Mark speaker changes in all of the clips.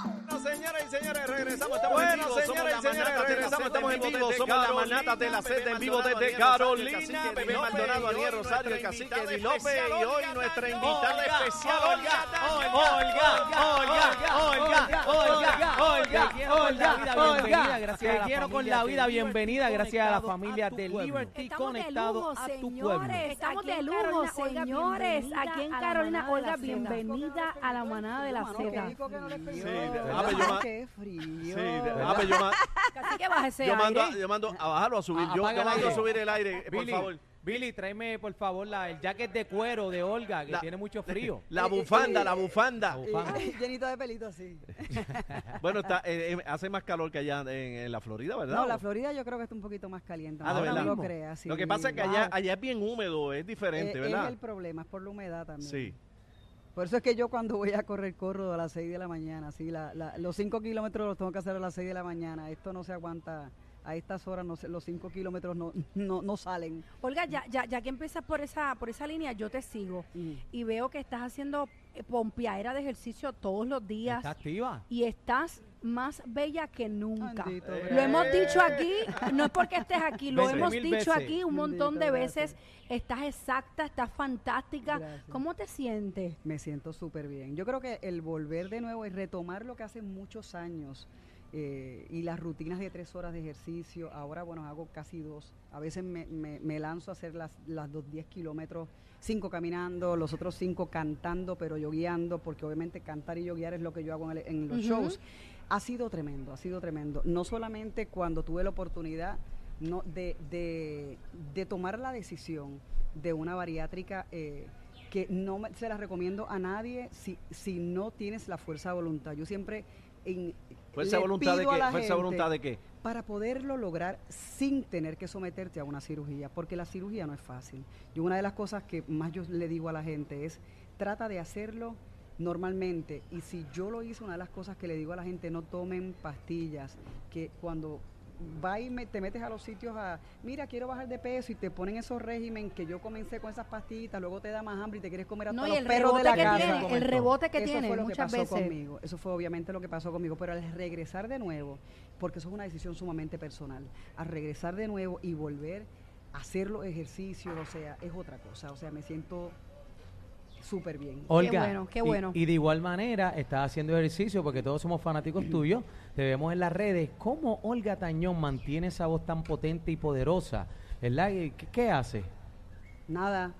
Speaker 1: Bueno, señoras y señores, regresamos. Estamos bueno, en vivo, señoras y señores, regresamos. Estamos en vivo. Somos la manata de la Z en vivo desde Carolina. Bebé Maldonado, Aniel Rosario, el cacique Eddie López. Y hoy nuestra invitada especial, Olga. Olga, Olga, Olga, Olga, Olga,
Speaker 2: Olga, Olga,
Speaker 3: Te
Speaker 2: gracias.
Speaker 3: quiero con la vida, bienvenida, gracias a la familia de Liberty
Speaker 4: Estamos de
Speaker 3: conectado
Speaker 4: lujo,
Speaker 3: a tu pueblo.
Speaker 4: señores. Estamos
Speaker 2: Aquí en
Speaker 4: de lujo,
Speaker 2: Carolina, Olga,
Speaker 4: señores.
Speaker 2: bienvenida
Speaker 4: Aquí en
Speaker 2: a la
Speaker 4: Carolina,
Speaker 2: manada de
Speaker 4: Olga,
Speaker 2: la seda.
Speaker 4: bienvenida a la manada de la
Speaker 2: Mano, qué
Speaker 4: seda.
Speaker 2: rico que no le pegó.
Speaker 1: de- ah, pero yo ma-
Speaker 2: Qué
Speaker 1: Sí,
Speaker 2: frío.
Speaker 1: ah, pero yo, ma-
Speaker 4: Así que bájese
Speaker 1: yo mando, a-
Speaker 4: aire.
Speaker 1: yo mando a bajarlo a subir.
Speaker 3: Ah,
Speaker 1: Yo,
Speaker 3: apaga
Speaker 1: yo
Speaker 3: el
Speaker 1: mando a
Speaker 3: aire.
Speaker 1: subir el aire, por
Speaker 3: Billy,
Speaker 1: favor.
Speaker 3: Eh, Billy, tráeme por favor la, el jacket de cuero de Olga, que
Speaker 1: La-
Speaker 3: tiene mucho frío.
Speaker 1: La bufanda, la bufanda.
Speaker 3: La
Speaker 2: Y-
Speaker 3: bufanda.
Speaker 2: Llenito de pelito, sí.
Speaker 1: Bueno, está, eh, eh, hace más calor que allá en, en la Florida, ¿verdad?
Speaker 2: No, la Florida yo creo que está un poquito más caliente.
Speaker 1: Ah, de
Speaker 2: aunque
Speaker 1: verdad.
Speaker 2: No lo creas. sí.
Speaker 1: Lo que pasa es que
Speaker 2: Wow.
Speaker 1: allá, allá es bien húmedo, es
Speaker 2: Eh,
Speaker 1: diferente,
Speaker 2: Es
Speaker 1: ¿verdad?
Speaker 2: el problema, es por la humedad también.
Speaker 1: Sí.
Speaker 2: Por eso es que yo cuando voy a correr, corro a las 6 de la mañana. Sí, la, la- los 5 kilómetros los tengo que hacer a las 6 de la mañana. Esto no se aguanta. A estas horas no se- los 5 kilómetros no, no, no salen.
Speaker 4: Olga, ya, ya, ya que empiezas por esa, por esa línea, yo te sigo
Speaker 1: Mm.
Speaker 4: y veo que estás haciendo eh, pompeadera de ejercicio todos los días
Speaker 3: Está activa.
Speaker 4: y estás más bella que nunca.
Speaker 2: Bendito,
Speaker 4: Lo hemos dicho aquí, no es porque estés aquí, lo
Speaker 3: Veinte
Speaker 4: hemos
Speaker 3: mil
Speaker 4: dicho
Speaker 3: veces.
Speaker 4: aquí un montón de
Speaker 2: Bendito, gracias.
Speaker 4: veces. Estás exacta, estás fantástica.
Speaker 2: Gracias.
Speaker 4: ¿Cómo te sientes?
Speaker 2: Me siento súper bien. Yo creo que el volver de nuevo y retomar lo que hace muchos años eh, y las rutinas de tres horas de ejercicio, ahora bueno, hago casi dos. A veces me, me- me lanzo a hacer las, las dos, diez kilómetros, cinco caminando, los otros cinco cantando, pero yo guiando, porque obviamente cantar y yo guiar es lo que yo hago en, el- en los
Speaker 4: Ujú.
Speaker 2: shows. Ha sido tremendo, ha sido tremendo. No solamente cuando tuve la oportunidad no, de, de- de tomar la decisión de una bariátrica eh, que no me- se la recomiendo a nadie si, si no tienes la fuerza de voluntad. Yo siempre en,
Speaker 1: ¿Fuerza de
Speaker 2: le
Speaker 1: voluntad de
Speaker 2: pido a
Speaker 1: qué?
Speaker 2: la
Speaker 1: ¿Fuerza de
Speaker 2: gente
Speaker 1: voluntad de qué?
Speaker 2: para poderlo lograr sin tener que someterte a una cirugía, porque la cirugía no es fácil. Yo una de las cosas que más yo le digo a la gente es, trata de hacerlo normalmente. Y si yo lo hice, una de las cosas que le digo a la gente, no tomen pastillas, que cuando va y me- te metes a los sitios a, mira, quiero bajar de peso y te ponen esos régimen que yo comencé con esas pastillitas, luego te da más hambre y te quieres comer a
Speaker 4: No,
Speaker 2: todos
Speaker 4: y
Speaker 2: los
Speaker 4: el
Speaker 2: perros de
Speaker 4: rebote
Speaker 2: la
Speaker 4: que
Speaker 2: casa
Speaker 4: tiene, el rebote que
Speaker 2: eso
Speaker 4: tiene
Speaker 2: fue lo
Speaker 4: muchas
Speaker 2: que pasó
Speaker 4: veces.
Speaker 2: conmigo. Eso fue obviamente lo que pasó conmigo. Pero al regresar de nuevo, porque eso es una decisión sumamente personal, al regresar de nuevo y volver a hacer los ejercicios, o sea, es otra cosa. O sea, me siento súper bien.
Speaker 3: Olga,
Speaker 4: bueno, qué
Speaker 3: y-
Speaker 4: bueno.
Speaker 3: Y, de igual manera estás haciendo ejercicio porque todos somos fanáticos tuyos, te vemos en las redes. ¿Cómo Olga Tañón mantiene esa voz tan potente y poderosa? ¿Verdad? ¿Y ¿Qué, qué hace?
Speaker 2: Nada.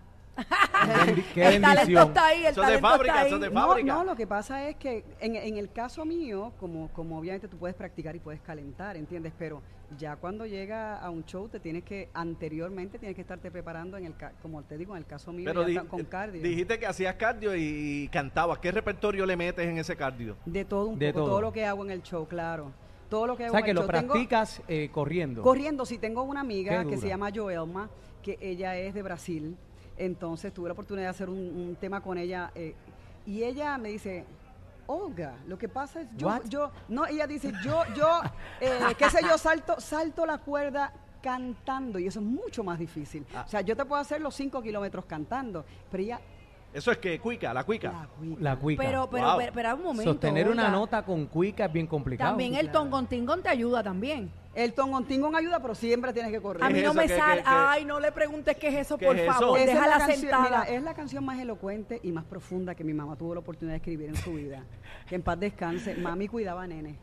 Speaker 3: Qué
Speaker 4: el talento
Speaker 3: bendición.
Speaker 4: está ahí, el
Speaker 1: Son de
Speaker 4: talento
Speaker 1: fábrica,
Speaker 4: está ahí.
Speaker 1: son de
Speaker 2: No,
Speaker 1: fábrica.
Speaker 2: no, lo que pasa es que en, en el caso mío, como, como obviamente tú puedes practicar y puedes calentar, ¿entiendes? Pero ya cuando llega a un show, te tienes que, anteriormente tienes que estarte preparando, en el ca- como te digo, en el caso mío,
Speaker 1: Pero
Speaker 2: ya
Speaker 1: di- eh,
Speaker 2: está- con cardio.
Speaker 1: dijiste que hacías cardio y cantabas. ¿Qué repertorio le metes en ese cardio?
Speaker 2: De todo un
Speaker 3: De
Speaker 2: poco, todo.
Speaker 3: todo.
Speaker 2: lo que hago en el show, claro. Todo lo que
Speaker 3: O
Speaker 2: hago
Speaker 3: sea,
Speaker 2: en
Speaker 3: que
Speaker 2: el
Speaker 3: lo
Speaker 2: show. Tengo-
Speaker 3: practicas eh, corriendo.
Speaker 2: corriendo, sí, tengo una amiga
Speaker 3: Qué
Speaker 2: que
Speaker 3: dura.
Speaker 2: se llama Joelma, que ella es de Brasil. Entonces tuve la oportunidad de hacer un, un tema con ella. eh, y ella me dice, Olga, lo que pasa es yo,
Speaker 3: What?
Speaker 2: yo, no, ella dice, yo, yo, eh, qué sé yo, salto, salto la cuerda cantando y eso es mucho más difícil.
Speaker 3: Ah.
Speaker 2: O sea, yo te puedo hacer los cinco kilómetros cantando, pero ella
Speaker 1: Eso es que cuica, la cuica.
Speaker 2: la cuica.
Speaker 3: La cuica.
Speaker 4: Pero, pero,
Speaker 1: Wow.
Speaker 4: pero, pero un momento.
Speaker 3: Sostener una
Speaker 4: Olga.
Speaker 3: nota con cuica es bien complicado.
Speaker 4: También el tongontingón te ayuda también.
Speaker 2: El tongontingón ayuda, pero siempre tienes que correr.
Speaker 4: A
Speaker 1: es
Speaker 4: mí no
Speaker 1: eso?
Speaker 4: me
Speaker 1: ¿Qué-
Speaker 4: sale.
Speaker 1: qué- qué?
Speaker 4: Ay, no le preguntes qué es eso,
Speaker 1: ¿Qué
Speaker 4: por
Speaker 1: es eso?
Speaker 4: favor.
Speaker 2: Esa es la
Speaker 4: Déjala
Speaker 2: canción-
Speaker 4: sentada.
Speaker 2: mira, es la canción más elocuente y más profunda que mi mamá tuvo la oportunidad de escribir en su vida. que en paz descanse. Mami cuidaba a nene.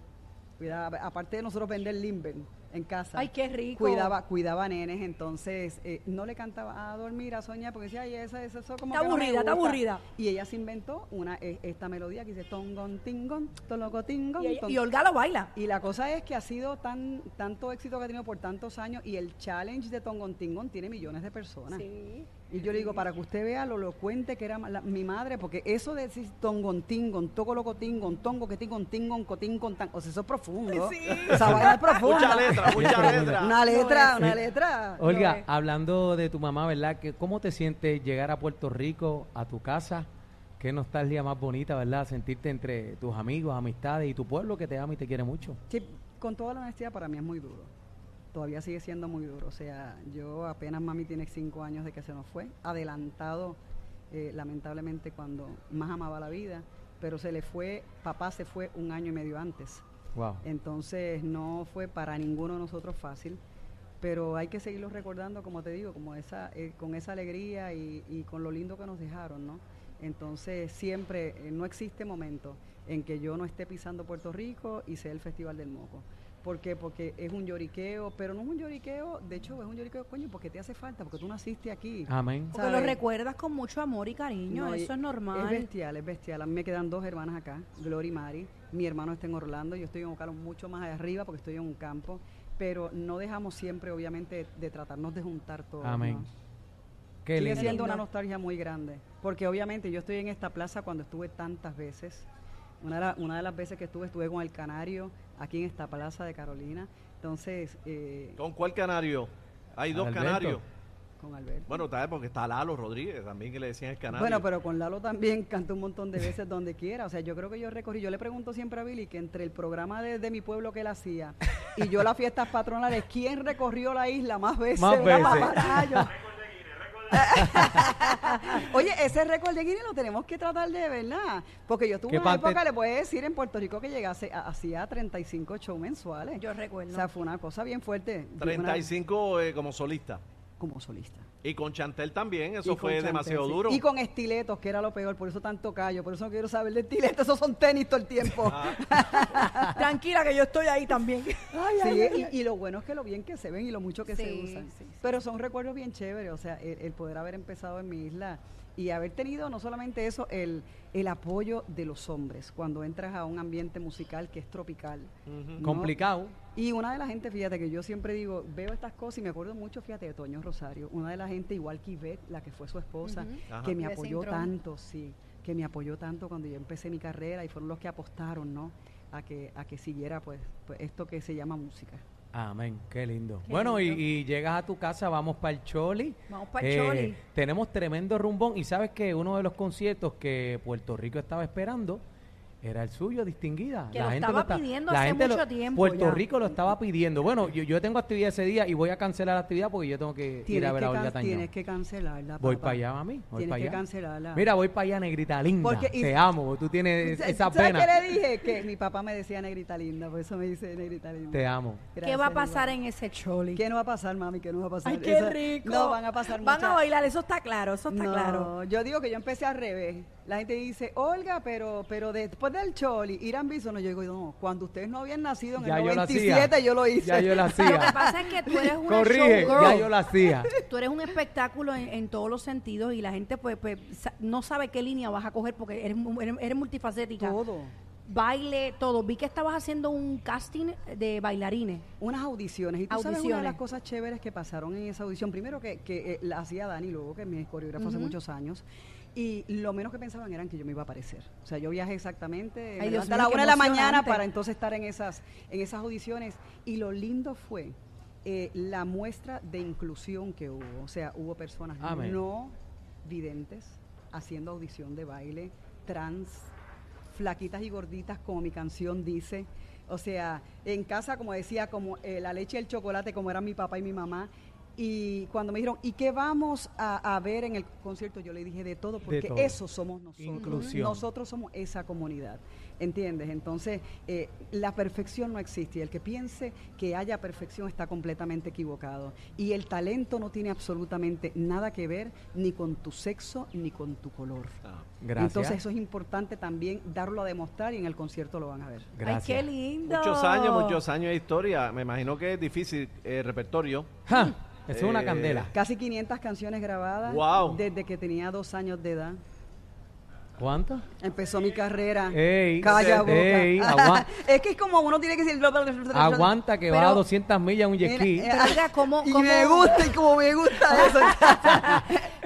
Speaker 2: Cuidaba, aparte de nosotros vender Limben en casa.
Speaker 4: Ay, qué rico.
Speaker 2: Cuidaba, cuidaba a nenes, entonces eh, no le cantaba a dormir, a soñar, porque decía, ay, esa, esa, eso como
Speaker 4: Está
Speaker 2: que no me
Speaker 4: aburrida, está
Speaker 2: gusta".
Speaker 4: aburrida.
Speaker 2: Y ella se inventó una, eh, esta melodía que dice, tongon, tingón, toloco, tingón,
Speaker 4: Y, ella-
Speaker 2: ton-
Speaker 4: y Olga lo baila.
Speaker 2: y la cosa es que ha sido tan tanto éxito que ha tenido por tantos años y el challenge de Tongontingón tiene millones de personas.
Speaker 4: Sí.
Speaker 2: Y yo le digo, para que usted vea lo elocuente que era la- mi madre, porque eso de decir tongontín, gontocolocotín, gontón, goquetín, gontín, goncotín, gontán, o sea, eso es profundo.
Speaker 5: Sí.
Speaker 2: Esa vaina es profunda.
Speaker 1: Mucha letra, mucha letra.
Speaker 2: Una letra,
Speaker 3: es.
Speaker 2: una letra.
Speaker 3: Olga,
Speaker 5: es.
Speaker 3: hablando de tu mamá, ¿verdad? ¿Qué- ¿Cómo te sientes llegar a Puerto Rico, a tu casa? Qué nostalgia más bonita, ¿verdad? Sentirte entre tus amigos, amistades y tu pueblo que te ama y te quiere mucho.
Speaker 2: Sí, con toda la honestidad, para mí es muy duro. Todavía sigue siendo muy duro. O sea, yo apenas mami tiene cinco años de que se nos fue. Adelantado, eh, lamentablemente, cuando más amaba la vida. Pero se le fue, papá se fue un año y medio antes.
Speaker 3: Wow.
Speaker 2: Entonces no fue para ninguno de nosotros fácil, pero hay que seguirlos recordando, como te digo, como esa, eh, con esa alegría y, y con lo lindo que nos dejaron, ¿no? Entonces siempre, eh, no existe momento en que yo no esté pisando Puerto Rico y sea el Festival del Moco. ¿Por qué? Porque es un lloriqueo, pero no es un lloriqueo, de hecho es un lloriqueo, coño, porque te hace falta, porque tú naciste aquí.
Speaker 3: Amén.
Speaker 4: Porque lo
Speaker 2: ¿sabes?
Speaker 4: recuerdas con mucho amor y cariño,
Speaker 2: No, y-
Speaker 4: eso es normal.
Speaker 2: Es bestial, es bestial. A mí me quedan dos hermanas acá, Glory y Mari. Mi hermano está en Orlando, yo estoy en Ocalo mucho más arriba porque estoy en un campo. Pero no dejamos siempre, obviamente, de, de tratarnos de juntar todos.
Speaker 3: Amén.
Speaker 2: ¿no?
Speaker 3: Qué
Speaker 2: Sigue
Speaker 3: lindo.
Speaker 2: siendo una
Speaker 4: Lindo.
Speaker 2: nostalgia muy grande. Porque obviamente yo estoy en esta plaza cuando estuve tantas veces. Una de, la- una de las veces que estuve, estuve con el Canario, aquí en esta plaza de Carolina. Entonces, eh,
Speaker 1: ¿Con cuál canario? Hay dos
Speaker 3: Alberto.
Speaker 1: canarios.
Speaker 2: con Alberto.
Speaker 1: Bueno, tal vez porque está Lalo Rodríguez, también que le decían el canario.
Speaker 2: Bueno, pero con Lalo también canto un montón de veces donde quiera. O sea, yo creo que yo recorrí. Yo le pregunto siempre a Billy que entre el programa de, de mi pueblo que él hacía y yo las fiestas patronales, ¿quién recorrió la isla más veces?
Speaker 3: Más
Speaker 2: ¿verdad,
Speaker 3: veces.
Speaker 2: papagayo? Oye, ese récord de Guinness lo tenemos que tratar de, ¿verdad? Porque yo tuve
Speaker 3: ¿Qué
Speaker 2: una
Speaker 3: parte-
Speaker 2: época, le puedo decir, en Puerto Rico que llegase, a- hacía 35 shows mensuales.
Speaker 4: Yo
Speaker 2: o
Speaker 4: recuerdo.
Speaker 2: sea, fue una cosa bien fuerte. Yo una-
Speaker 1: 35 eh, como solista.
Speaker 2: como solista.
Speaker 1: Y con Chantel también, eso
Speaker 2: Y con
Speaker 1: fue
Speaker 2: Chantel,
Speaker 1: demasiado
Speaker 2: sí.
Speaker 1: duro.
Speaker 2: Y con estiletos, que era lo peor, por eso tanto callo, por eso no quiero saber de estiletos, esos son tenis todo el tiempo.
Speaker 1: Ah.
Speaker 5: Tranquila que yo estoy ahí también.
Speaker 2: Sí, y, y lo bueno es que lo bien que se ven y lo mucho que se
Speaker 4: Sí,
Speaker 2: usan.
Speaker 4: sí, sí.
Speaker 2: Pero son recuerdos bien chéveres, o sea, el, el poder haber empezado en mi isla y haber tenido no solamente eso, el, el apoyo de los hombres cuando entras a un ambiente musical que es tropical. ¿no?
Speaker 3: Complicado.
Speaker 2: Y una de la gente, fíjate que yo siempre digo, veo estas cosas y me acuerdo mucho, fíjate, de Toño Rosario, una de la gente, igual que Ivette, la que fue su esposa,
Speaker 4: Ujú.
Speaker 1: Ajá.
Speaker 2: que me
Speaker 4: Ivette
Speaker 2: apoyó
Speaker 4: Cintrón.
Speaker 2: tanto, sí, que me apoyó tanto cuando yo empecé mi carrera y fueron los que apostaron, ¿no? A que, a que siguiera, pues, pues, esto que se llama música.
Speaker 3: Amén, qué lindo.
Speaker 4: Qué
Speaker 3: bueno, y-
Speaker 4: lindo.
Speaker 3: Y, llegas a tu casa, vamos para el Choli.
Speaker 4: Vamos
Speaker 2: Eh,
Speaker 4: pa'l Choli.
Speaker 3: Eh, Tenemos tremendo rumbón y sabes que uno de los conciertos que Puerto Rico estaba esperando era el suyo, distinguida.
Speaker 4: Que lo estaba pidiendo hace
Speaker 3: lo-
Speaker 4: mucho tiempo
Speaker 3: Puerto
Speaker 4: ya.
Speaker 3: Rico lo estaba pidiendo. Bueno, yo, yo tengo actividad ese día y voy a cancelar la actividad porque yo tengo que ir
Speaker 2: Tienes
Speaker 3: a
Speaker 2: que,
Speaker 3: ver a Olga
Speaker 2: can-
Speaker 3: Tañón.
Speaker 2: tienes que cancelarla.
Speaker 3: Voy
Speaker 2: papá.
Speaker 3: para allá, mami. Voy
Speaker 2: Tienes
Speaker 3: para
Speaker 2: que
Speaker 3: allá.
Speaker 2: cancelarla.
Speaker 3: Mira, voy para allá, negrita linda.
Speaker 2: Porque- y-
Speaker 3: Te amo, porque tú tienes
Speaker 2: ¿Sabes-
Speaker 3: esa
Speaker 2: ¿Sabes
Speaker 3: pena.
Speaker 2: qué le dije? Que mi papá me decía negrita linda, por eso me dice negrita linda.
Speaker 3: Te amo.
Speaker 4: ¿Qué va a
Speaker 2: Gracias,
Speaker 4: pasar
Speaker 2: mi
Speaker 4: en ese choli?
Speaker 2: papá. ¿Qué no va a pasar, mami? ¿Qué no va a pasar?
Speaker 5: Ay, qué
Speaker 2: Eso-
Speaker 5: rico.
Speaker 2: No, van a pasar
Speaker 4: Van
Speaker 2: muchas-
Speaker 4: a bailar, eso está claro, eso está
Speaker 2: no,
Speaker 4: claro.
Speaker 2: yo digo que yo empecé al revés. La gente dice, Olga, pero pero después del Choli, Irán Bison, yo digo, no, cuando ustedes no habían nacido en el
Speaker 3: yo la hacía.
Speaker 2: 97, yo lo hice.
Speaker 3: Ya yo la
Speaker 4: Lo que
Speaker 3: hacía.
Speaker 4: pasa es que tú eres una
Speaker 3: Corrige,
Speaker 4: showgirl.
Speaker 3: ya yo la hacía.
Speaker 4: Tú eres un espectáculo en, en todos los sentidos y la gente pues, pues, sa- no sabe qué línea vas a coger porque eres, mu- eres, eres multifacética.
Speaker 2: Todo.
Speaker 4: Baile, todo. Vi que estabas haciendo un casting de bailarines.
Speaker 2: Unas audiciones. Y tú sabes una de
Speaker 4: Audiciones.
Speaker 2: las cosas chéveres que pasaron en esa audición. Primero que, que eh, la hacía Dani luego, que es mi coreógrafo hace
Speaker 4: Ujú.
Speaker 2: muchos años. Y lo menos que pensaban eran que yo me iba a aparecer. O sea, yo viajé exactamente
Speaker 4: Ay, Dios
Speaker 2: hasta
Speaker 4: mío,
Speaker 2: la
Speaker 4: qué
Speaker 2: una de la mañana
Speaker 4: emocionante.
Speaker 2: para entonces estar en esas, en esas audiciones. Y lo lindo fue eh, la muestra de inclusión que hubo. O sea, hubo personas
Speaker 3: Amén.
Speaker 2: no videntes haciendo audición de baile, trans, flaquitas y gorditas, como mi canción dice. O sea, en casa, como decía, como eh, la leche y el chocolate, como eran mi papá y mi mamá. Y cuando me dijeron, ¿y qué vamos a, a ver en el concierto? Yo le dije de todo, porque
Speaker 3: todo.
Speaker 2: eso somos nosotros.
Speaker 3: Inclusión.
Speaker 2: Nosotros somos esa comunidad. ¿Entiendes? Entonces, eh, la perfección no existe. Y el que piense que haya perfección está completamente equivocado. Y el talento no tiene absolutamente nada que ver ni con tu sexo ni con tu color.
Speaker 1: Ah.
Speaker 3: Gracias.
Speaker 2: Entonces eso es importante también darlo a demostrar y en el concierto lo van a ver.
Speaker 3: Gracias.
Speaker 4: Ay, qué lindo.
Speaker 1: Muchos años, muchos años de historia. Me imagino que es difícil el repertorio.
Speaker 3: Ja, eso es una
Speaker 1: Eh,
Speaker 3: candela.
Speaker 2: Casi 500 canciones grabadas
Speaker 1: Wow.
Speaker 2: desde que tenía dos años de edad.
Speaker 3: ¿Cuánto?
Speaker 2: Empezó mi carrera.
Speaker 3: Ey,
Speaker 2: Calla boca.
Speaker 3: ey, agua-
Speaker 2: es que es como uno tiene que decir.
Speaker 3: Aguanta que va
Speaker 4: Pero-
Speaker 3: a 200 millas un jet ski.
Speaker 4: Pero, oiga, ¿cómo-
Speaker 2: eh, y
Speaker 4: cómo-
Speaker 2: me gusta y como me gusta eso.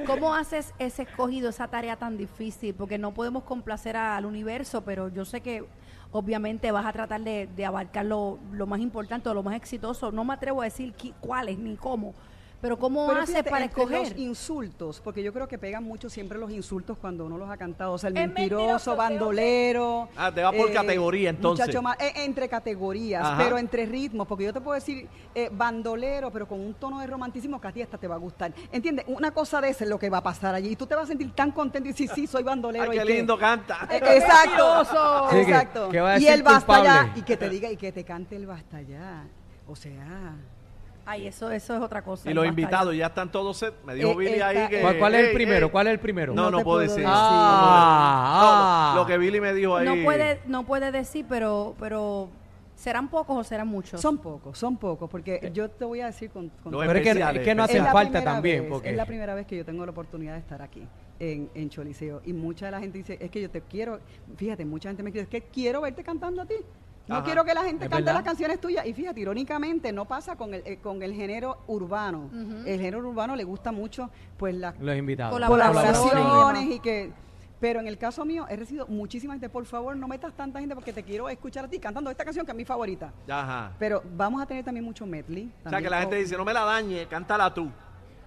Speaker 4: ¿Cómo haces ese escogido, esa tarea tan difícil? Porque no podemos complacer a- al universo, pero yo sé que obviamente vas a tratar de, de abarcar lo, lo más importante o lo más exitoso. No me atrevo a decir qui- cuáles ni cómo, pero ¿cómo
Speaker 2: Pero
Speaker 4: haces
Speaker 2: fíjate,
Speaker 4: para
Speaker 2: entre
Speaker 4: escoger?
Speaker 2: Los insultos, porque yo creo que pegan mucho siempre los insultos cuando uno los ha cantado. O sea, el
Speaker 5: Es
Speaker 2: mentiroso,
Speaker 5: mentiroso,
Speaker 2: bandolero. eh,
Speaker 1: Ah, te va por categoría, entonces.
Speaker 2: muchacho más- eh, entre categorías,
Speaker 1: Ajá.
Speaker 2: pero entre ritmos. Porque yo te puedo decir eh, bandolero, pero con un tono de romanticismo que a ti hasta te va a gustar. ¿Entiendes? Una cosa de esa es lo que va a pasar allí. Y tú te vas a sentir tan contento y sí, sí, soy bandolero.
Speaker 1: Ay,
Speaker 2: ¿y
Speaker 1: qué lindo canta.
Speaker 2: Eh, exacto.
Speaker 3: Sí, que-
Speaker 2: exacto.
Speaker 3: que va a
Speaker 2: y
Speaker 3: decir
Speaker 2: el basta
Speaker 3: culpable.
Speaker 2: ya. Y que te diga y que te cante el basta ya. O sea.
Speaker 4: Ay, eso, eso es otra cosa.
Speaker 1: Y los
Speaker 4: basta
Speaker 1: invitados
Speaker 4: ya.
Speaker 1: ya están todos set. Me dijo
Speaker 2: Eh,
Speaker 1: Billy
Speaker 2: está-
Speaker 1: ahí que.
Speaker 3: ¿Cuál, cuál es el
Speaker 1: ey,
Speaker 3: primero?
Speaker 1: ey.
Speaker 3: ¿Cuál es el primero?
Speaker 1: No, no,
Speaker 2: No te
Speaker 1: puedo
Speaker 2: puedo
Speaker 1: decir.
Speaker 2: decir.
Speaker 3: Ah,
Speaker 1: No, lo que Billy me dijo ahí.
Speaker 4: No puede, no puede decir, pero, pero ¿serán pocos o serán muchos?
Speaker 2: Son pocos, son pocos, porque yo te voy a decir con... con-
Speaker 1: Lo
Speaker 3: Eh. Pero es que,
Speaker 1: especiales,
Speaker 3: es que no
Speaker 1: especiales.
Speaker 3: hace
Speaker 2: Es la
Speaker 3: falta
Speaker 2: primera
Speaker 3: también,
Speaker 2: vez,
Speaker 3: porque...
Speaker 2: Es la primera vez que yo tengo la oportunidad de estar aquí, en, en Choliseo, y mucha de la gente dice, es que yo te quiero, fíjate, mucha gente me dice, es que quiero verte cantando a ti. No
Speaker 1: Ajá.
Speaker 2: quiero que la gente
Speaker 3: Es
Speaker 2: cante
Speaker 3: verdad.
Speaker 2: las canciones tuyas. Y fíjate, irónicamente no pasa con el, eh, con el género urbano. El género urbano le gusta mucho pues las
Speaker 3: Los invitados.
Speaker 4: Colaboraciones.
Speaker 2: colaboraciones y que pero en el caso mío he recibido muchísima gente por favor no metas tanta gente porque te quiero escuchar a ti cantando esta canción que es mi favorita
Speaker 1: Ajá.
Speaker 2: pero vamos a tener también mucho medley
Speaker 1: O sea, que
Speaker 2: también
Speaker 1: la gente
Speaker 2: con-
Speaker 1: dice, no me la dañe, cántala tú.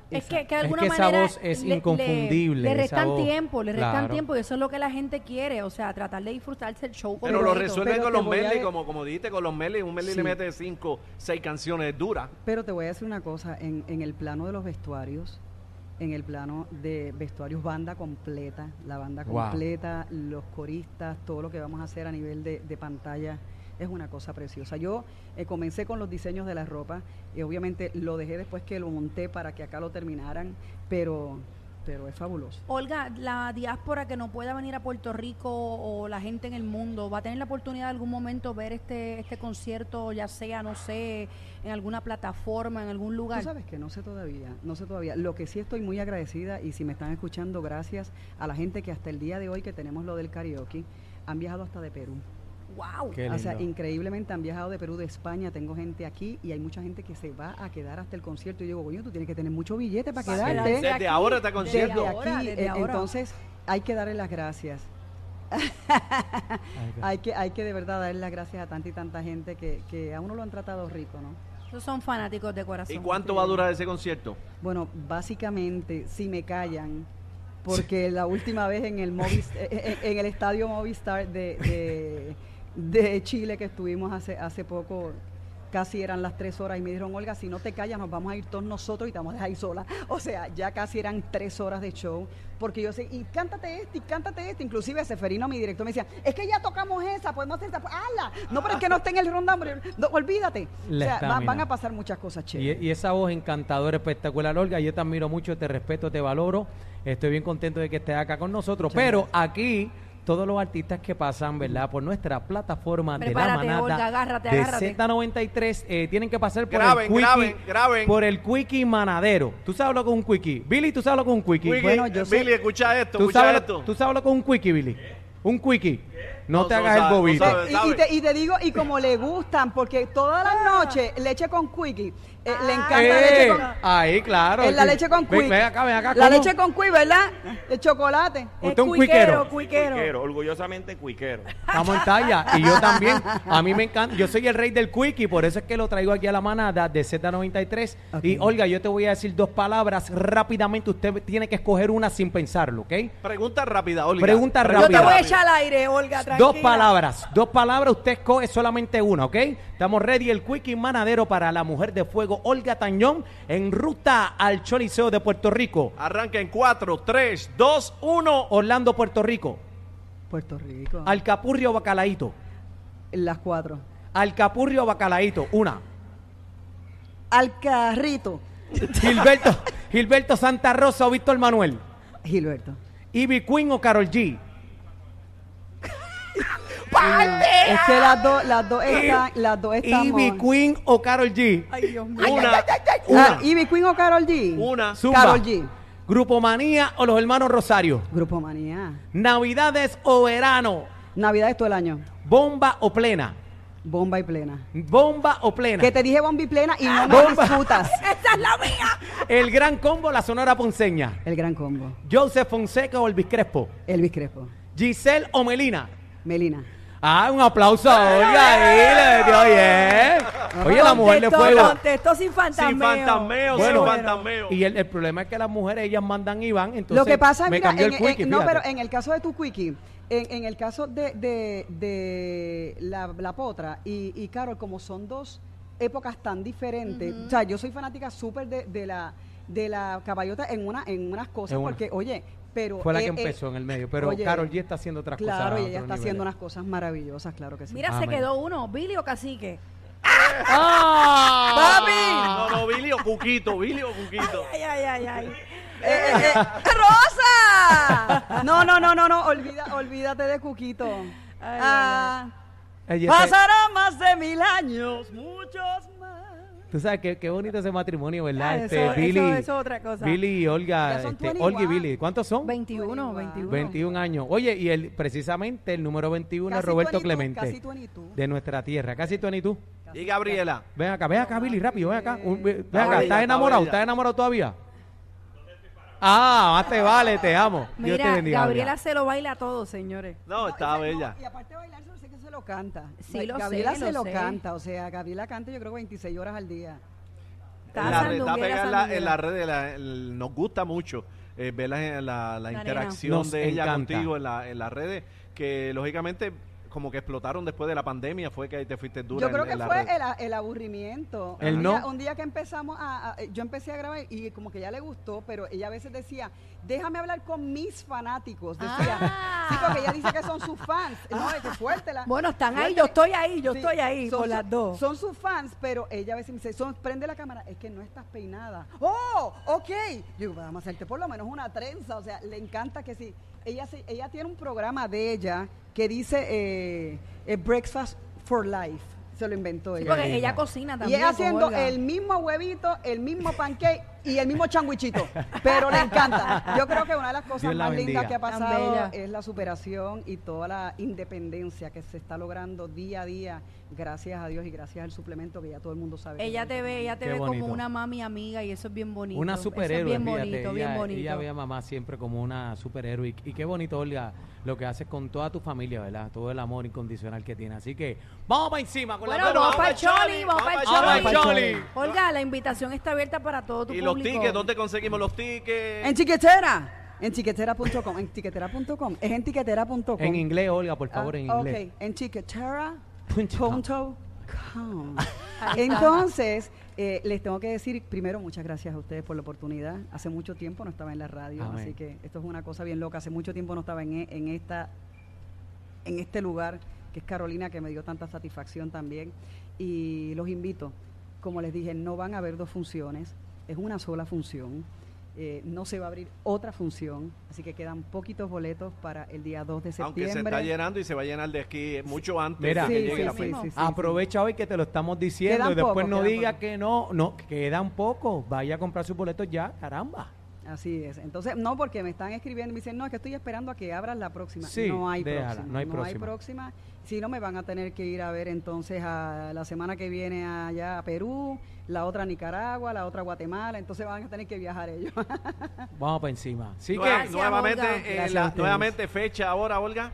Speaker 4: Es que, que de
Speaker 3: Es
Speaker 4: alguna
Speaker 3: que esa
Speaker 4: manera
Speaker 3: voz es inconfundible,
Speaker 4: Le,
Speaker 3: esa
Speaker 4: restan
Speaker 3: voz.
Speaker 4: tiempo, le restan
Speaker 3: Claro.
Speaker 4: tiempo y eso es lo que la gente quiere, o sea, tratar de disfrutarse el show.
Speaker 1: Pero lo
Speaker 4: completo.
Speaker 1: resuelven
Speaker 2: Pero
Speaker 1: con
Speaker 2: te
Speaker 1: los
Speaker 2: voy a
Speaker 1: medley,
Speaker 2: de-
Speaker 1: como, como dijiste, con los medley. Un medley
Speaker 2: Sí.
Speaker 1: le mete cinco, seis canciones duras.
Speaker 2: Pero te voy a decir una cosa, en, en el plano de los vestuarios, en el plano de vestuarios banda completa, la banda
Speaker 3: Wow.
Speaker 2: completa, los coristas, todo lo que vamos a hacer a nivel de, de pantalla, es una cosa preciosa. Yo eh, comencé con los diseños de la ropa y obviamente lo dejé después que lo monté para que acá lo terminaran, pero, pero es fabuloso.
Speaker 4: Olga, la diáspora que no pueda venir a Puerto Rico o la gente en el mundo, ¿va a tener la oportunidad de algún momento ver este este concierto, ya sea, no sé, en alguna plataforma, en algún lugar?
Speaker 2: Tú sabes que no sé todavía, no sé todavía. Lo que sí estoy muy agradecida y si me están escuchando, gracias a la gente que hasta el día de hoy que tenemos lo del karaoke, han viajado hasta de Perú.
Speaker 4: ¡Wow!
Speaker 3: Qué
Speaker 2: O sea,
Speaker 3: lindo.
Speaker 2: increíblemente han viajado de Perú, de España, tengo gente aquí y hay mucha gente que se va a quedar hasta el concierto. Y yo digo, coño, tú tienes que tener mucho billete para
Speaker 4: Para quedarse
Speaker 2: quedarte.
Speaker 1: Desde
Speaker 4: aquí,
Speaker 1: ahora está
Speaker 4: desde
Speaker 1: concierto.
Speaker 2: Desde
Speaker 4: ahora,
Speaker 2: aquí,
Speaker 4: desde
Speaker 2: eh,
Speaker 4: ahora.
Speaker 2: entonces hay que darle las gracias.
Speaker 3: Ay, qué-
Speaker 2: Hay que, hay que de verdad darle las gracias a tanta y tanta gente que, que a uno lo han tratado rico, ¿no?
Speaker 4: Esos son fanáticos de corazón.
Speaker 1: ¿Y cuánto va a durar ese concierto?
Speaker 2: Bueno, básicamente, si me callan, porque la última vez en el Movis- eh, eh, en el estadio Movistar de, de- de Chile que estuvimos hace, hace poco, casi eran las tres horas y me dijeron, Olga, si no te callas nos vamos a ir todos nosotros y te vamos a dejar ahí sola. O sea, ya casi eran tres horas de show, porque yo sé, y cántate este, y cántate este. Inclusive Seferino, mi director, me decía, es que ya tocamos esa, podemos hacer esa, pues hazla. No, pero es que no esté en el ronda, hombre, no, olvídate.
Speaker 3: La
Speaker 2: o sea, va-
Speaker 3: estamina.
Speaker 2: van a pasar muchas cosas
Speaker 3: Y,
Speaker 2: chéveres.
Speaker 3: y esa voz encantadora, espectacular, Olga. Yo te admiro mucho, te respeto, te valoro. Estoy bien contento de que estés acá con nosotros. Pero aquí, todos los artistas que pasan, ¿verdad? Por nuestra plataforma
Speaker 4: Prepárate,
Speaker 3: de la manada
Speaker 4: Olga, agárrate,
Speaker 3: de
Speaker 4: agárrate.
Speaker 3: Z93, eh, tienen que pasar por
Speaker 1: Graben,
Speaker 3: el quickie,
Speaker 1: graben, graben.
Speaker 3: por el quickie manadero. ¿Tú sabes lo que es un quickie? Billy, ¿tú sabes lo que es un quickie?
Speaker 1: Wiki,
Speaker 3: Bueno,
Speaker 1: eh,
Speaker 3: yo sé-
Speaker 1: Billy, escucha esto,
Speaker 3: ¿Tú
Speaker 1: escucha
Speaker 3: sabes,
Speaker 1: esto.
Speaker 3: lo, tú sabes lo que es un quickie, Billy? ¿Un quickie? No,
Speaker 1: No,
Speaker 3: te
Speaker 1: no
Speaker 3: hagas
Speaker 1: sabe,
Speaker 3: el
Speaker 1: no
Speaker 3: bobito.
Speaker 1: sabe.
Speaker 2: Y, y te, y te digo, y como le gustan, porque todas las noches leche con quickie, eh, le encanta la leche
Speaker 3: Eh,
Speaker 2: con
Speaker 3: Ahí, claro.
Speaker 2: eh, la leche con
Speaker 3: Ven,
Speaker 2: quickie.
Speaker 3: ven acá, ven acá.
Speaker 2: La
Speaker 3: ¿cómo?
Speaker 2: leche con quickie, ¿verdad? El chocolate.
Speaker 5: Es
Speaker 3: Usted es un
Speaker 5: cuiquero,
Speaker 3: cuiquero.
Speaker 5: cuiquero.
Speaker 6: Cuiquero, orgullosamente cuiquero.
Speaker 3: Estamos en talla. Y yo también. A mí me encanta. Yo soy el rey del quickie. Por eso es que lo traigo aquí a la manada de Z93. Y Olga, yo te voy a decir dos palabras rápidamente. Usted tiene que escoger una sin pensarlo, ¿ok?
Speaker 1: Pregunta rápida, Olga.
Speaker 3: Pregunta
Speaker 5: Yo te
Speaker 3: rápida.
Speaker 5: voy a echar al aire, Olga, tranquila.
Speaker 3: Dos palabras. Dos palabras. Usted escoge solamente una, ¿ok? Estamos ready. El quickie manadero para la mujer de fuego, Olga Tañón, en ruta al Choliseo de Puerto Rico.
Speaker 1: Arranca en 4, 3, 2, 1.
Speaker 3: Orlando, Puerto Rico.
Speaker 2: Puerto Rico.
Speaker 3: Alcapurrio Bacalaíto.
Speaker 2: Las cuatro.
Speaker 3: Alcapurrio Bacalaíto. Una.
Speaker 2: Al carrito.
Speaker 3: Gilberto, Gilberto Santa Rosa o Víctor Manuel.
Speaker 2: Gilberto.
Speaker 3: Ivy Queen o Carol G.
Speaker 2: Es que las dos, las dos están, las dos estamos.
Speaker 3: Ivy Queen o Carol G.
Speaker 5: Ay, Dios mío.
Speaker 1: Una,
Speaker 2: Ah,
Speaker 3: Una.
Speaker 2: Ivy Queen o Carol G.
Speaker 1: una.
Speaker 3: Zumba.
Speaker 2: Karol G.
Speaker 3: Grupo Manía o los hermanos Rosario.
Speaker 2: Grupo Manía.
Speaker 3: Navidades o verano.
Speaker 2: Navidad es todo el año.
Speaker 3: Bomba o plena.
Speaker 2: Bomba y plena.
Speaker 3: Bomba o plena.
Speaker 2: Que te dije bomba y plena y no me
Speaker 3: Bomba.
Speaker 2: disputas.
Speaker 4: ¡Esa es la mía!
Speaker 3: El gran combo, la sonora ponceña.
Speaker 2: El gran combo.
Speaker 3: Joseph Fonseca o Elvis Crespo.
Speaker 2: Elvis Crespo.
Speaker 3: Giselle o Melina.
Speaker 2: Melina.
Speaker 3: Ah, un aplauso a Olga ahí, le dio bien. Oye, la mujer le
Speaker 5: Contestó,
Speaker 3: fue.
Speaker 5: Contestó sin fantasmeo.
Speaker 1: Sin fantasmeo,
Speaker 3: Bueno,
Speaker 1: sin fantasmeo.
Speaker 3: Y el, el problema es que las mujeres, ellas mandan y van, entonces
Speaker 2: Lo que pasa,
Speaker 3: me
Speaker 2: mira,
Speaker 3: cambió
Speaker 2: en- e-,
Speaker 3: el quickie,
Speaker 2: en- no,
Speaker 3: fíjate.
Speaker 2: pero en el caso de tu quickie, en, en el caso de, de- de la, la potra y, y Carol, como son dos épocas tan diferentes, o sea, yo soy fanática súper de, de la de la caballota en una en unas cosas
Speaker 3: En una.
Speaker 2: porque oye pero
Speaker 3: Fue la que
Speaker 2: eh, eh,
Speaker 3: empezó en el medio, pero
Speaker 2: oye,
Speaker 3: Carol G está haciendo otras cosas.
Speaker 2: claro
Speaker 3: a
Speaker 2: y
Speaker 3: otros
Speaker 2: ella está haciendo
Speaker 3: niveles.
Speaker 2: unas cosas maravillosas claro que sí
Speaker 4: Mira, se
Speaker 3: Amén.
Speaker 4: quedó uno, Billy o Cacique.
Speaker 2: ¡Ah!
Speaker 1: No, no, Billy o Cuquito, Billy o Cuquito.
Speaker 5: Ay, ay, ay, ay.
Speaker 2: Eh, eh, eh, Rosa no no no no no olvida olvídate de Cuquito
Speaker 5: ay,
Speaker 2: Ah,
Speaker 3: Ella está-
Speaker 2: pasarán más de mil años muchos más
Speaker 3: Tú sabes qué, qué bonito ese matrimonio, ¿verdad?
Speaker 5: Ah,
Speaker 3: este,
Speaker 5: eso-
Speaker 3: Billy,
Speaker 5: eso- eso es otra cosa.
Speaker 3: Billy y Olga,
Speaker 2: Ya son
Speaker 3: este,
Speaker 2: 21.
Speaker 3: Olga y Billy, ¿cuántos son?
Speaker 4: 21,
Speaker 2: 21.
Speaker 4: 21.
Speaker 3: 21 años. Oye, y el, precisamente el número 21 es
Speaker 2: Casi
Speaker 3: Roberto
Speaker 2: 22,
Speaker 3: Clemente,
Speaker 2: casi 22.
Speaker 3: de nuestra tierra. Casi tú ni tú.
Speaker 1: Y Gabriela.
Speaker 3: Ven acá, ven acá, Billy, rápido, ven acá. Un- ven
Speaker 1: Está
Speaker 3: acá,
Speaker 1: bella,
Speaker 3: ¿estás
Speaker 1: está
Speaker 3: enamorado?
Speaker 1: bella.
Speaker 3: ¿Estás enamorado todavía? Ah, más te vale, te amo. Dios te
Speaker 4: Mira,
Speaker 3: bendiga.
Speaker 4: Gabriela se lo baila a todos, señores.
Speaker 1: No, está
Speaker 2: esa-
Speaker 1: bella.
Speaker 2: no, y aparte de bailar, yo sé que se lo canta.
Speaker 4: Sí,
Speaker 2: Ba-
Speaker 4: lo sé,
Speaker 2: Gabriela se
Speaker 4: lo
Speaker 2: lo
Speaker 4: sé.
Speaker 2: canta, o sea, Gabriela canta yo creo 26 horas al día.
Speaker 4: Está
Speaker 1: En la red, Está
Speaker 4: sandunguera,
Speaker 1: pegada en la, en la
Speaker 4: sandunguera.
Speaker 1: red, de la- el- nos gusta mucho eh, ver la, la- la
Speaker 4: nena.
Speaker 1: interacción
Speaker 3: Nos
Speaker 1: de ella
Speaker 3: encanta.
Speaker 1: contigo en, la- en las redes, que lógicamente como que explotaron después de la pandemia, fue que ahí te fuiste dura
Speaker 2: yo creo
Speaker 1: en,
Speaker 2: que
Speaker 1: en la
Speaker 2: fue
Speaker 1: red.
Speaker 2: el, a- el aburrimiento.
Speaker 3: El
Speaker 2: un,
Speaker 3: no.
Speaker 2: día, un día que empezamos a, a- yo empecé a grabar y como que ya le gustó, pero ella a veces decía, déjame hablar con mis fanáticos, decía.
Speaker 4: Ah.
Speaker 2: Sí, porque ella dice que son sus fans. No, es que fuerte la-
Speaker 5: Bueno, están ahí,
Speaker 2: fuerte.
Speaker 5: yo estoy ahí, yo
Speaker 2: Sí,
Speaker 5: estoy ahí,
Speaker 2: son
Speaker 5: por
Speaker 2: su-
Speaker 5: las dos.
Speaker 2: Son sus fans, pero ella a veces me dice, son, prende la cámara, es que no estás peinada. ¡Oh, ok! Yo digo, vamos a hacerte por lo menos una trenza, o sea, le encanta que sí. Ella, se- ella tiene un programa de ella que dice eh, eh, Breakfast for Life, se lo inventó
Speaker 4: Sí,
Speaker 2: ella.
Speaker 4: porque ella cocina
Speaker 2: y
Speaker 4: también.
Speaker 2: es
Speaker 4: con
Speaker 2: haciendo
Speaker 4: Olga.
Speaker 2: el mismo huevito, el mismo pancake y el mismo changuichito, pero le encanta. Yo creo que una de las cosas
Speaker 3: Dios la
Speaker 2: más lindas
Speaker 3: bendiga.
Speaker 2: que ha
Speaker 4: Tan
Speaker 2: pasado
Speaker 4: bella.
Speaker 2: es la superación y toda la independencia que se está logrando día a día, gracias a Dios y gracias al suplemento que ya todo el mundo sabe. que
Speaker 4: Ella
Speaker 2: tiene
Speaker 4: te ve, ella te
Speaker 3: Qué
Speaker 4: ve
Speaker 3: bonito.
Speaker 4: como una mami amiga y eso es bien bonito.
Speaker 3: Una
Speaker 4: Eso
Speaker 3: superhéroe,
Speaker 4: es bien
Speaker 3: fíjate,
Speaker 4: bonito,
Speaker 3: ella,
Speaker 4: bien bonito.
Speaker 3: ella ve a mamá siempre como una superhéroe. Y, y qué bonito, Olga, lo que haces con toda tu familia, ¿verdad? Todo el amor incondicional que tiene. Así que vamos para encima con
Speaker 4: Bueno,
Speaker 3: la
Speaker 4: vamos
Speaker 1: vamos
Speaker 4: para
Speaker 1: pa'l
Speaker 4: el Choli, vamos para
Speaker 1: pa'l
Speaker 3: Vamos
Speaker 4: el
Speaker 3: pa'l
Speaker 4: Choli.
Speaker 3: Choli.
Speaker 4: Olga, la invitación está abierta para todo tu
Speaker 1: Y
Speaker 4: público.
Speaker 1: los tickets, ¿dónde conseguimos los tickets?
Speaker 2: En chiquetera, en chiquetera.com, en chiquetera.com, es en chiquetera.com.
Speaker 3: En inglés, Olga, por
Speaker 2: Ah,
Speaker 3: favor, en
Speaker 2: ok,
Speaker 3: inglés.
Speaker 2: en chiquetera.
Speaker 3: Punto com.
Speaker 2: Punto.com. Entonces, eh, les tengo que decir primero muchas gracias a ustedes por la oportunidad. Hace mucho tiempo no estaba en la radio,
Speaker 3: Amén.
Speaker 2: así que esto es una cosa bien loca. Hace mucho tiempo no estaba en, e- en esta en este lugar que es Carolina que me dio tanta satisfacción también y los invito. Como les dije, no van a haber dos funciones, es una sola función. eh, no se va a abrir otra función, así que quedan poquitos boletos para el día 2 de septiembre.
Speaker 1: Aunque se está llenando y se va a llenar de aquí mucho antes de
Speaker 3: Mira,
Speaker 1: que
Speaker 2: Sí,
Speaker 1: llegue
Speaker 2: sí,
Speaker 1: la
Speaker 2: sí,
Speaker 1: fecha.
Speaker 2: sí, sí.
Speaker 3: Aprovecha hoy que te lo estamos diciendo
Speaker 2: Quedan
Speaker 3: y después
Speaker 2: pocos,
Speaker 3: no
Speaker 2: quedan
Speaker 3: diga
Speaker 2: pocos.
Speaker 3: que no, no, quedan pocos. Vaya a comprar sus boletos ya, caramba.
Speaker 2: Así es. Entonces, no, porque me están escribiendo y me dicen, no, es que estoy esperando a que abras la próxima.
Speaker 3: Sí,
Speaker 2: no hay
Speaker 3: déjala,
Speaker 2: próxima.
Speaker 3: no hay próxima.
Speaker 2: próxima. Si no, me van a tener que ir a ver entonces a la semana que viene allá a Perú, la otra a Nicaragua, la otra a Guatemala. Entonces van a tener que viajar ellos.
Speaker 4: Ah.
Speaker 3: Vamos para encima. Así
Speaker 1: Nueva-
Speaker 3: que
Speaker 4: Gracias,
Speaker 1: nuevamente,
Speaker 4: Olga.
Speaker 1: eh, la-
Speaker 2: Gracias a ustedes.
Speaker 1: nuevamente fecha ahora, Olga.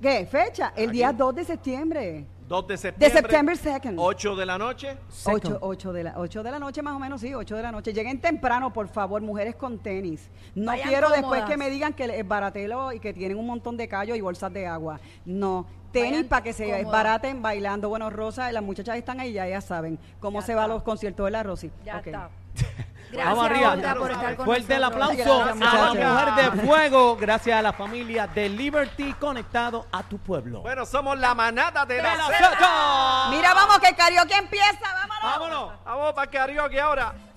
Speaker 2: ¿Qué? Fecha, el día 2 de septiembre.
Speaker 1: 2 de septiembre.
Speaker 2: September 2nd.
Speaker 1: 8 de la noche.
Speaker 2: 8, de la, ocho de la noche más o menos, sí, 8 de la noche. Lleguen temprano, por favor, mujeres con tenis. No
Speaker 4: Vayan
Speaker 2: quiero después
Speaker 4: cómodas.
Speaker 2: que me digan que es baratelo y que tienen un montón de callos y bolsas de agua. No, tenis
Speaker 4: Vayan
Speaker 2: para que se
Speaker 4: cómodas.
Speaker 2: baraten bailando. Bueno, Rosa, las muchachas están ahí, ya, ya saben cómo
Speaker 4: Ya
Speaker 2: se va a
Speaker 4: está.
Speaker 2: los conciertos de la Rosy.
Speaker 4: Ya
Speaker 2: Ok.
Speaker 4: está.
Speaker 3: Vamos arriba.
Speaker 4: Olga, por estar con
Speaker 3: Fuerte el
Speaker 4: nosotros.
Speaker 3: aplauso
Speaker 2: Gracias,
Speaker 3: a la
Speaker 2: muchachos.
Speaker 3: mujer de fuego. Gracias a la familia de Liberty conectado a tu pueblo.
Speaker 1: Bueno, somos la manada de,
Speaker 3: ¡De
Speaker 1: la
Speaker 3: la
Speaker 1: Z.
Speaker 3: Z!
Speaker 2: Mira, vamos, que el karaoke empieza, vámonos.
Speaker 3: ¡Vámonos!
Speaker 1: Vamos para karaoke ahora.